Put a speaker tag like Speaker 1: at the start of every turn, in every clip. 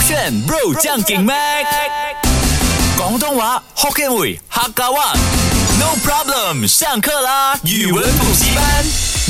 Speaker 1: 选 bro 将劲 mac，广东话 Hokkien 语客家话。No problem，上课啦！语文补习班。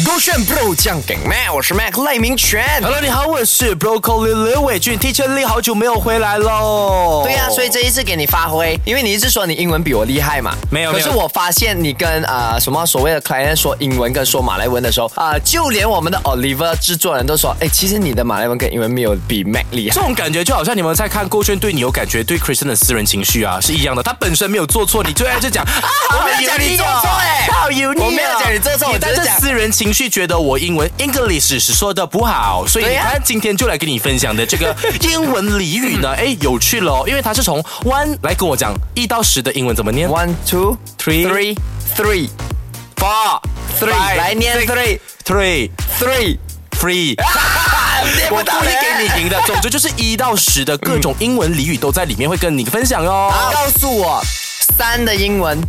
Speaker 2: 勾选 bro 酱给 Mac，我是 Mac 赖明全。
Speaker 3: Hello，你好，我是 Broccoli 刘伟俊，Teacher Lee 好久没有回来喽。
Speaker 2: 对啊呀、所以这一次给你发挥，因为你一直说你英文比我厉害嘛。
Speaker 3: 没有
Speaker 2: 可是
Speaker 3: 没有
Speaker 2: 我发现你跟呃什么所谓的 client 说英文跟说马来文的时候，啊、就连我们的 Oliver 制作人都说，哎，其实你的马来文跟英文没有比 Mac 厉害
Speaker 3: 这。种感觉就好像你们在看勾圈对你有感觉，对 Kristen 的私人情绪啊是一样的。他本身没有做错，你就在这讲啊，
Speaker 2: 我没有讲哦你做错欸
Speaker 3: 他好油腻哦
Speaker 2: 我没有讲你做错
Speaker 3: 你带
Speaker 2: 我只
Speaker 3: 着
Speaker 2: 是讲
Speaker 3: 私人情绪，觉得我英文 English 是说的不好，所以
Speaker 2: 对
Speaker 3: 你
Speaker 2: 呀
Speaker 3: 看今天就来跟你分享的这个英文俚语 呢，哎，有趣喽，因为他是从 one 来跟我讲一到十的英文怎么念
Speaker 2: One two
Speaker 3: Three
Speaker 2: three three
Speaker 3: four
Speaker 2: three，来念 three
Speaker 3: three
Speaker 2: three，
Speaker 3: three。
Speaker 2: 啊念
Speaker 3: 我
Speaker 2: 不到
Speaker 3: 故意
Speaker 2: 嘞
Speaker 3: 给你赢的。总之就是一到十的各种英文俚语都在里面，会跟你分享哦。
Speaker 2: 告诉我三的 英文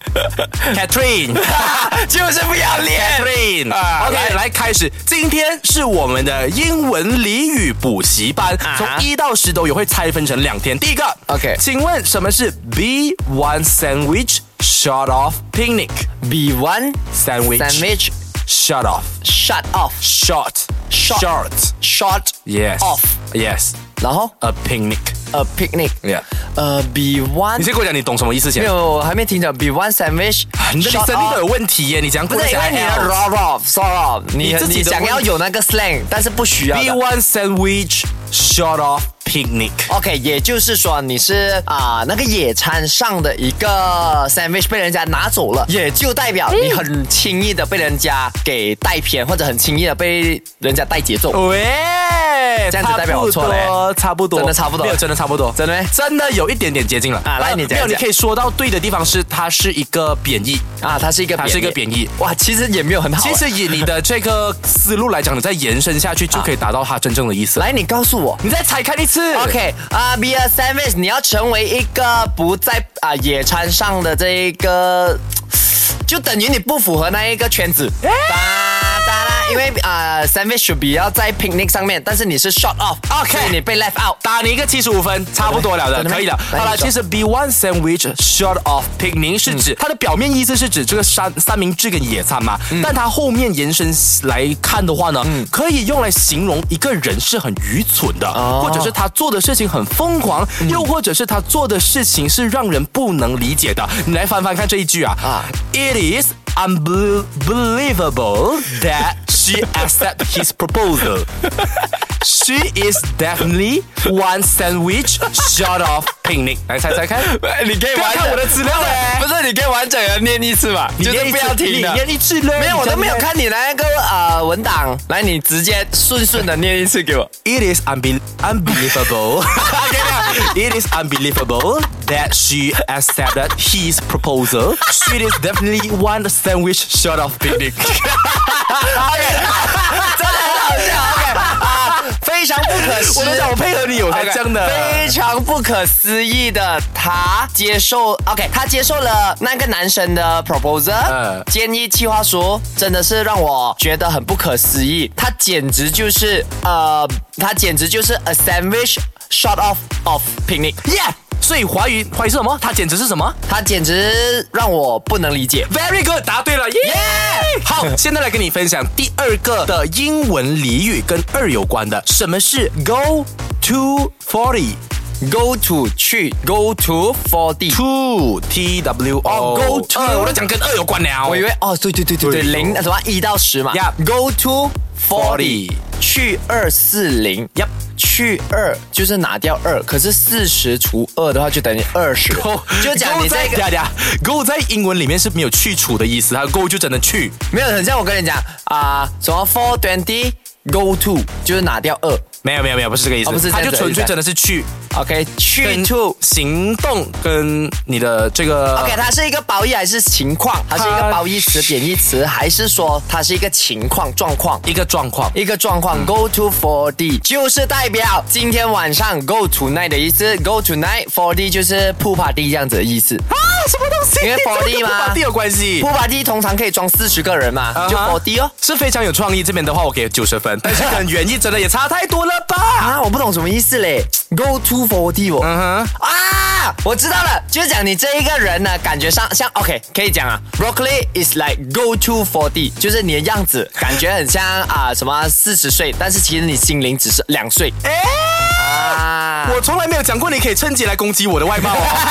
Speaker 3: Catherine，Catherine，OK，
Speaker 2: 就是不要脸。啊来
Speaker 3: 来开始。今天是我们的英文俚语补习班，
Speaker 2: 啊
Speaker 3: 从一到十都有，会拆分成两天。第一个
Speaker 2: OK
Speaker 3: 请问什么是 B one sandwich shut off picnic
Speaker 2: B one
Speaker 3: sandwich
Speaker 2: sandwich
Speaker 3: shut off
Speaker 2: shut off
Speaker 3: short
Speaker 2: Short short
Speaker 3: yes
Speaker 2: off，
Speaker 3: yes
Speaker 2: 然后
Speaker 3: a picnic
Speaker 2: a picnic，
Speaker 3: yeah。
Speaker 2: 呃 B
Speaker 3: 你
Speaker 2: one
Speaker 3: 先跟我讲你懂什么意思先
Speaker 2: 没。有还没听讲 B one sandwich，
Speaker 3: 你的
Speaker 2: shut
Speaker 3: 声音
Speaker 2: off
Speaker 3: 都有问题耶！你讲
Speaker 2: 不是因为你的 raw raw raw，你
Speaker 3: 你自己
Speaker 2: 你
Speaker 3: 的
Speaker 2: 想要
Speaker 3: 问题
Speaker 2: 有那个 slang，但是不需要
Speaker 3: B
Speaker 2: 的。
Speaker 3: one sandwich shut off picnic。
Speaker 2: OK，也就是说你是啊、那个野餐上的一个 sandwich 被人家拿走了，也就代表你很轻易的被人家给带偏，或者很轻易的被人家带节奏。
Speaker 3: 喂，
Speaker 2: 这样子代表我错了
Speaker 3: 差不多，
Speaker 2: 真的差不多
Speaker 3: 没有，真的差不多，
Speaker 2: 真的咩
Speaker 3: 真的有一点点接近了
Speaker 2: 啊来你讲
Speaker 3: 没有，
Speaker 2: 讲
Speaker 3: 你可以说到对的地方是它是一个贬义，
Speaker 2: 啊，它是一个
Speaker 3: 它是一个贬义。
Speaker 2: 哇，其实也没有很好。啊
Speaker 3: 其实以你的这个思路来讲，你再延伸下去就可以达到它真正的意思。
Speaker 2: 来，你告诉我。
Speaker 3: 你再拆开一次。
Speaker 2: OK 啊、b e a sandwich，你要成为一个不在啊、野餐上的这一个，就等于你不符合那一个 圈子。
Speaker 3: 哎
Speaker 2: 哒哒啦，因为啊、s a n d w i c h should be 要在 picnic 上面，但是你是 short off。
Speaker 3: OK
Speaker 2: 所以你被 left out。
Speaker 3: 打你一个七十五分，差不多了的，
Speaker 2: 真的吗
Speaker 3: 可以了。
Speaker 2: 来
Speaker 3: 好了，
Speaker 2: 你说
Speaker 3: 其实 B one sandwich short of picnic 是指、它的表面意思是指这个三三明治跟野餐嘛，但它后面延伸来看的话呢，可以用来形容一个人是很愚蠢的，或者是他做的事情很疯狂，又或者是他做的事情是让人不能理解的。你来翻翻看这一句啊
Speaker 2: 啊
Speaker 3: ，It is unbelievable that she accept his proposal. She is definitely one sandwich short of picnic。来猜猜看，
Speaker 2: 你可以
Speaker 3: 不要看我的资料嘞
Speaker 2: 不是你可以完整的念一次嘛，就是不要停的
Speaker 3: 你。念一次嘞，
Speaker 2: 没有，我都没有
Speaker 3: 你再
Speaker 2: 看你那个呃文档，来，你直接顺顺的念一次给我。
Speaker 3: 念。It is unbe unbelievable. It is unbelievable that she accepted his proposal. She is definitely one sandwich short of picnic.
Speaker 2: 非常不可思
Speaker 3: 我
Speaker 2: 议
Speaker 3: 们。想我配合你，我才这样的。
Speaker 2: 非常不可思议的，他接受 OK，他接受了那个男生的 proposal，、
Speaker 3: 嗯
Speaker 2: 建议计划书，真的是让我觉得很不可思议。他简直就是呃，他简直就是 a sandwich shot off of picnic，
Speaker 3: Yeah，所以华语华语是什么？它简直是什么？
Speaker 2: 他简直让我不能理解。
Speaker 3: Very good，答对了，耶、好，现在来跟你分享第二个的英文俚语，跟二有关的，什么是 go to forty
Speaker 2: Go to 去，Go to forty。
Speaker 3: two t w o？
Speaker 2: 哦，go to
Speaker 3: 二我都讲跟二有关了，
Speaker 2: 我以为哦，对对对对对，
Speaker 3: 对
Speaker 2: 零什么一到十嘛
Speaker 3: Yeah
Speaker 2: ，Go to forty，
Speaker 3: 40
Speaker 2: 去二四零
Speaker 3: Yep
Speaker 2: 去二就是拿掉二，可是四十除二的话就等于二十，哦就讲
Speaker 3: go
Speaker 2: 你
Speaker 3: 在
Speaker 2: 这个
Speaker 3: 呀呀，go 在英文里面是没有去除的意思，它 go 就真的去。
Speaker 2: 没有很像我跟你讲啊，什么 four twenty go to 就是拿掉二
Speaker 3: 没有没有没有，不是这个意思，
Speaker 2: 哦不是
Speaker 3: 它就
Speaker 2: 这样子
Speaker 3: 纯粹
Speaker 2: 这样子
Speaker 3: 真的是去
Speaker 2: ，OK 去
Speaker 3: 跟
Speaker 2: to。
Speaker 3: 行动跟你的这个
Speaker 2: OK，它是一个褒义还是情况？它是一个
Speaker 3: 它
Speaker 2: 褒义词、贬义词，还是说它是一个情况、状况？
Speaker 3: 一个状况。
Speaker 2: 一个状况，go to for D 就是代表今天晚上 go tonight 的意思，go tonight for D 就是 pool party 这样子的意思。
Speaker 3: 啊，什么东西？
Speaker 2: 因为
Speaker 3: 你这个
Speaker 2: body
Speaker 3: 跟
Speaker 2: 嘛
Speaker 3: body 有关系
Speaker 2: pool。party 通常可以装四十个人嘛
Speaker 3: 啊哈
Speaker 2: 就 for D 哦。
Speaker 3: 是非常有创意。这边的话，我给九十分，但是跟原意真的也差太多了吧？
Speaker 2: 啊，我不懂什么意思嘞。 go to forty 哦。
Speaker 3: 嗯
Speaker 2: 啊，我知道了，就是讲你这一个人呢，感觉上像 OK，可以讲啊，broccoli is like go to forty，就是你的样子感觉很像啊、什么四十岁，但是其实你心灵只是两岁
Speaker 3: 哎，
Speaker 2: 啊。
Speaker 3: 我从来没有讲过你可以趁机来攻击我的外貌哦。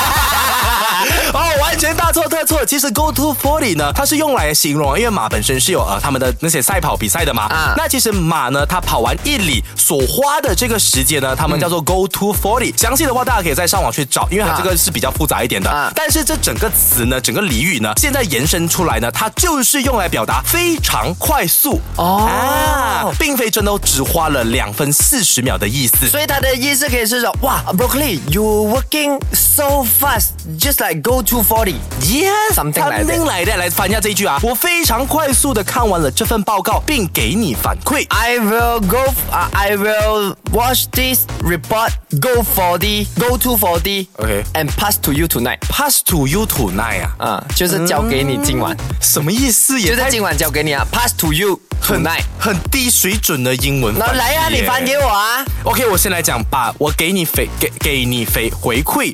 Speaker 3: 哦，完全大错特错。其实 Go to Forty 呢，它是用来形容，因为马本身是有呃他们的那些赛跑比赛的嘛。
Speaker 2: 啊
Speaker 3: 那其实马呢，它跑完一里所花的这个时间呢，
Speaker 2: 嗯
Speaker 3: 他们叫做 Go to Forty、详细的话，大家可以在上网去找，因为它
Speaker 2: 啊
Speaker 3: 这个是比较复杂一点的。
Speaker 2: 啊
Speaker 3: 但是这整个词呢，整个俚语呢，现在延伸出来呢，它就是用来表达非常快速
Speaker 2: 哦
Speaker 3: 啊，并非真的只花了两分四十秒的意思。
Speaker 2: 所以他的意思可以是说，哇，broccoli，you working so fast，just like go to forty。
Speaker 3: Yes,
Speaker 2: Something like that.
Speaker 3: something like that. 来翻一下这一句啊，我非常快速的看完了这份报告，并给你反馈。
Speaker 2: I will go. Uh, I will watch this report. Go for the. Go to for the.
Speaker 3: Okay.
Speaker 2: And pass to you tonight.
Speaker 3: Pass to you tonight 啊，
Speaker 2: 啊、就是交给你今晚，
Speaker 3: 什么意思？
Speaker 2: 就
Speaker 3: 也
Speaker 2: 是
Speaker 3: 太
Speaker 2: 今晚交给你啊。Pass to you
Speaker 3: 很
Speaker 2: tonight.
Speaker 3: 很低水准的英文翻
Speaker 2: 那
Speaker 3: 译耶。
Speaker 2: 来啊，你翻给我啊。
Speaker 3: OK，我先来讲吧，我给你回给给你回回馈。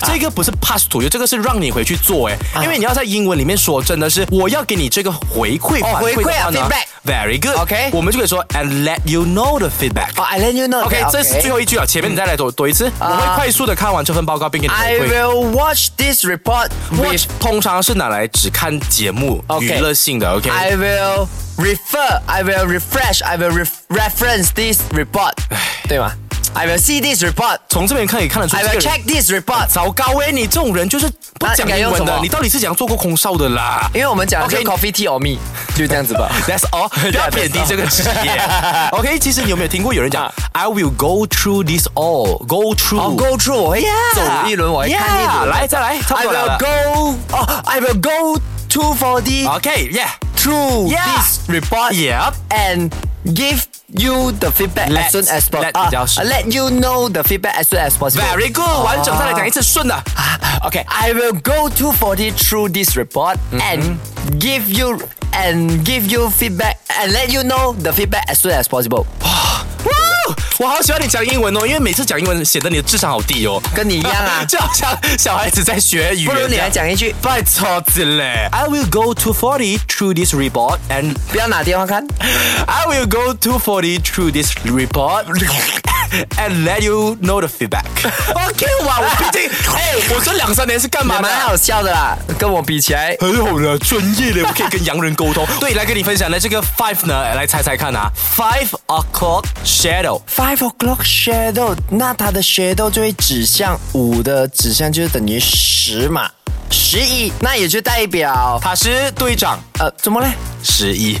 Speaker 2: 啊
Speaker 3: 这个不是 pass to you，这个是让你回去做哎，因为你要在英文里面说，真的是我要给你这个回馈
Speaker 2: 哦
Speaker 3: 反
Speaker 2: 回
Speaker 3: 馈
Speaker 2: 馈
Speaker 3: 的
Speaker 2: 啊
Speaker 3: 话呢
Speaker 2: feedback
Speaker 3: ，very good。
Speaker 2: OK
Speaker 3: 我们就可以说 and let you know the feedback。
Speaker 2: 哦、i let you know.
Speaker 3: OK，这是最后一句了，啊前面你再来读读一次。我会快速的看完这份报告并给你
Speaker 2: 啊 I
Speaker 3: 回馈。
Speaker 2: will watch this report
Speaker 3: Watch
Speaker 2: with.
Speaker 3: 通常是拿来只看节目
Speaker 2: OK
Speaker 3: 娱乐性的。OK，
Speaker 2: I will refer. I will refresh. I will ref reference this report. 对吗？I will see this report.
Speaker 3: 从这边看也看得出
Speaker 2: I
Speaker 3: 这个
Speaker 2: will
Speaker 3: 人
Speaker 2: check this report.
Speaker 3: 糟糕哎，你这种人就是不讲
Speaker 2: 那应该
Speaker 3: 英
Speaker 2: 用
Speaker 3: 文
Speaker 2: 什
Speaker 3: 的
Speaker 2: 么，
Speaker 3: 你到底是想做过空少的 啦
Speaker 2: 因为我们讲的
Speaker 3: OK，
Speaker 2: 是
Speaker 3: 你
Speaker 2: coffee tea or me，就这样 子吧。
Speaker 3: ？That's all，不要贬低这个职 业。OK，其实你有没有听过有人讲
Speaker 2: 啊
Speaker 3: I will go through this all，go
Speaker 2: 哦
Speaker 3: through，
Speaker 2: ，go through，我会走一轮，我会看一
Speaker 3: Yeah，
Speaker 2: 轮。
Speaker 3: 来再来，差不
Speaker 2: I
Speaker 3: 多
Speaker 2: will
Speaker 3: 了。
Speaker 2: go，哦，I will go to
Speaker 3: Uh,
Speaker 2: for the
Speaker 3: OK，yeah。
Speaker 2: through
Speaker 3: Yeah
Speaker 2: this report
Speaker 3: Yep
Speaker 2: and give you the feedback as
Speaker 3: Let-
Speaker 2: soon as possible. Uh,
Speaker 3: let 比较是
Speaker 2: let you know the feedback as soon as possible.
Speaker 3: Very good，完整再来讲一次顺的。
Speaker 2: Oh Okay, I will go to forty through this report and give you and give you feedback and let you know the feedback as soon as possible.
Speaker 3: 哇，我好喜欢你讲英文哦，因为每次讲英文显得你的智商好低哦，
Speaker 2: 跟你一样啊
Speaker 3: 就好像小孩子在学语言。
Speaker 2: 不如你来，讲一句，
Speaker 3: 拜托子嘞。I will go to forty through this report and
Speaker 2: 不要拿电话看。
Speaker 3: I will go to forty through this report and let you know the feedback. OK，哇，我毕 竟，哎，我这两三年是干嘛
Speaker 2: 也
Speaker 3: 的？啊
Speaker 2: 蛮好笑的啦，跟我比起来，
Speaker 3: 很好的，专业的，我可以跟洋人沟通。 对，来跟你分享的这个 five 呢，来猜猜看啊，five o'clock shadow。
Speaker 2: Five o'clock shadow，那它的 shadow 就会指向五的指向，就是等于十嘛，十一，那也就代表
Speaker 3: 他是队长，
Speaker 2: 呃，怎么嘞？
Speaker 3: 十一，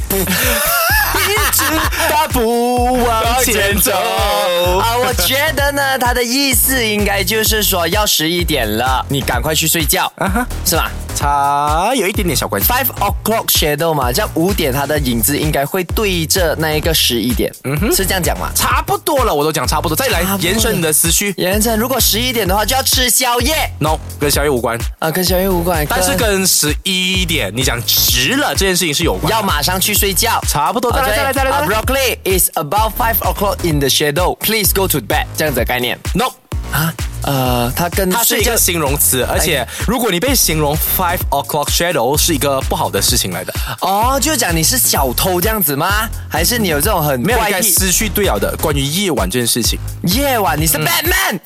Speaker 3: 一直大步往前走。
Speaker 2: 啊，我觉得呢，它的意思应该就是说要十一点了，你赶快去睡觉，
Speaker 3: 啊哈
Speaker 2: 是吧
Speaker 3: 差有一点点小关系。
Speaker 2: ？Five o'clock shadow 嘛，这样五点它的影子应该会对着那一个十一点，嗯哼，是这样讲嘛？
Speaker 3: 差不多了，我都讲差不多，再来
Speaker 2: 差不多
Speaker 3: 延伸你的思绪。
Speaker 2: 严正，如果十一点的话，就要吃宵夜
Speaker 3: No，跟宵夜无关，
Speaker 2: 啊，跟宵夜无关，
Speaker 3: 但是跟十一点你讲值了这件事情是有关。
Speaker 2: 要马上去睡觉。
Speaker 3: 差不多，再
Speaker 2: 啊
Speaker 3: 来
Speaker 2: 对
Speaker 3: 再来再来
Speaker 2: 啊
Speaker 3: 再来。
Speaker 2: Broccoli is about five o'clock in the shadow. Please go to bed. 这样子的概念
Speaker 3: No，
Speaker 2: 啊，呃，它跟
Speaker 3: 它是一个哎形容词，而且如果你被形容 five o'clock shadow 是一个不好的事情来的。
Speaker 2: 哦，就讲你是小偷这样子吗？还是你有这种很
Speaker 3: 没有
Speaker 2: 怪
Speaker 3: 应该
Speaker 2: 异
Speaker 3: 思绪对了的，关于夜晚这件事情，
Speaker 2: 夜晚？你是
Speaker 3: 嗯
Speaker 2: Batman？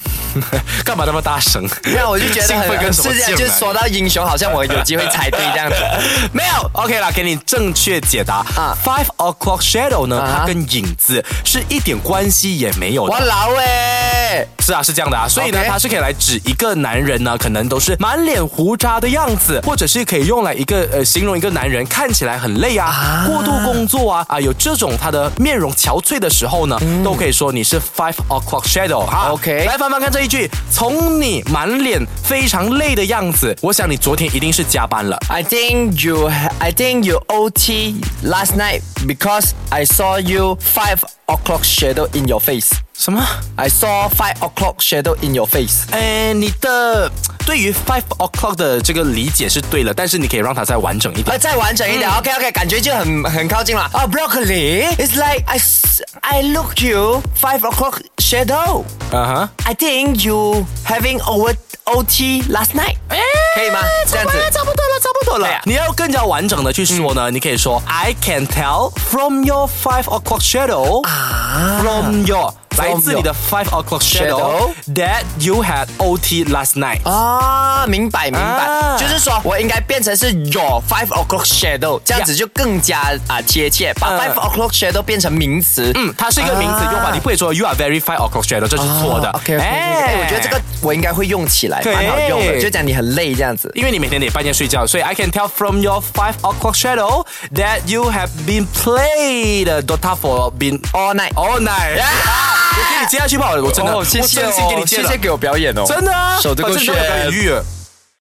Speaker 3: 干嘛那么大声？
Speaker 2: 那、我就觉得
Speaker 3: 兴奋
Speaker 2: 很
Speaker 3: 跟什么
Speaker 2: 是这
Speaker 3: 劲
Speaker 2: 样，
Speaker 3: 啊
Speaker 2: 就是说到英雄，好像我有机会猜对这样子。
Speaker 3: 没有，OK 啦，给你正确解答。
Speaker 2: 啊
Speaker 3: Five o'clock shadow 呢，
Speaker 2: 啊哈
Speaker 3: 它跟影子是一点关系也没有
Speaker 2: 我
Speaker 3: 的。
Speaker 2: 老哎，
Speaker 3: 是啊，是这样的啊，所以呢，
Speaker 2: OK
Speaker 3: 它是可以来指一个男人呢，可能都是满脸胡渣的样子，或者是可以用来一个呃形容一个男人看起来很累啊，过度工作啊啊，有这种他的面容憔悴的时候呢，都可以说你是 five o'clock shadow 哈。
Speaker 2: 嗯 OK
Speaker 3: 来翻翻看这一句，从你满脸非常累的样子，我想你昨天一定是加班了。
Speaker 2: I think you, I think you OT last night because I saw you five o'clock shadow in your face.
Speaker 3: 什么？
Speaker 2: I saw five o'clock shadow in your face.
Speaker 3: 哎，你的对于 five o'clock 的这个理解是对了，但是你可以让它再完整一点。嗯
Speaker 2: 呃，再完整一点、o k OK，感觉就很很靠近了。哦、b r o c c o l i is 啊 like I I look you five o'clock shadow.
Speaker 3: 嗯哼，
Speaker 2: I think you having over OT last night. 可以吗？这样子
Speaker 3: 哎差不多了，差不多
Speaker 2: 对
Speaker 3: 了
Speaker 2: 啊。
Speaker 3: 你要更加完整的去说
Speaker 2: 嗯
Speaker 3: 呢，你可以说 I can tell from your five o'clock shadow
Speaker 2: 啊
Speaker 3: from your 来
Speaker 2: your
Speaker 3: 自你的 five o'clock shadow
Speaker 2: shadow
Speaker 3: that you had OT last night。
Speaker 2: 啊，明白明白，
Speaker 3: 啊
Speaker 2: 就是说我应该变成是 your five o'clock shadow，这样子就更加啊、贴切，把
Speaker 3: 嗯
Speaker 2: five o'clock shadow 变成名词。
Speaker 3: 嗯，它是一个名词
Speaker 2: 啊
Speaker 3: 用法，你不会说 you are very five o'clock shadow，这是错的。
Speaker 2: OK OK，哎，我觉得这个我应该会用起来，
Speaker 3: 啊对
Speaker 2: 蛮好用的，就讲你很累这样子。
Speaker 3: 因为你每天得半夜睡觉，所以 I can tell from your five o'clock shadow that you have been played Dota for been
Speaker 2: All night
Speaker 3: all night。我给你接下去吧，我真的，
Speaker 2: 哦
Speaker 3: 我真心给你接
Speaker 2: 谢
Speaker 3: 了
Speaker 2: 谢。给我表演哦，
Speaker 3: 真的啊，
Speaker 2: 手都够
Speaker 3: 反正
Speaker 2: 炫
Speaker 3: 你都有表演欲了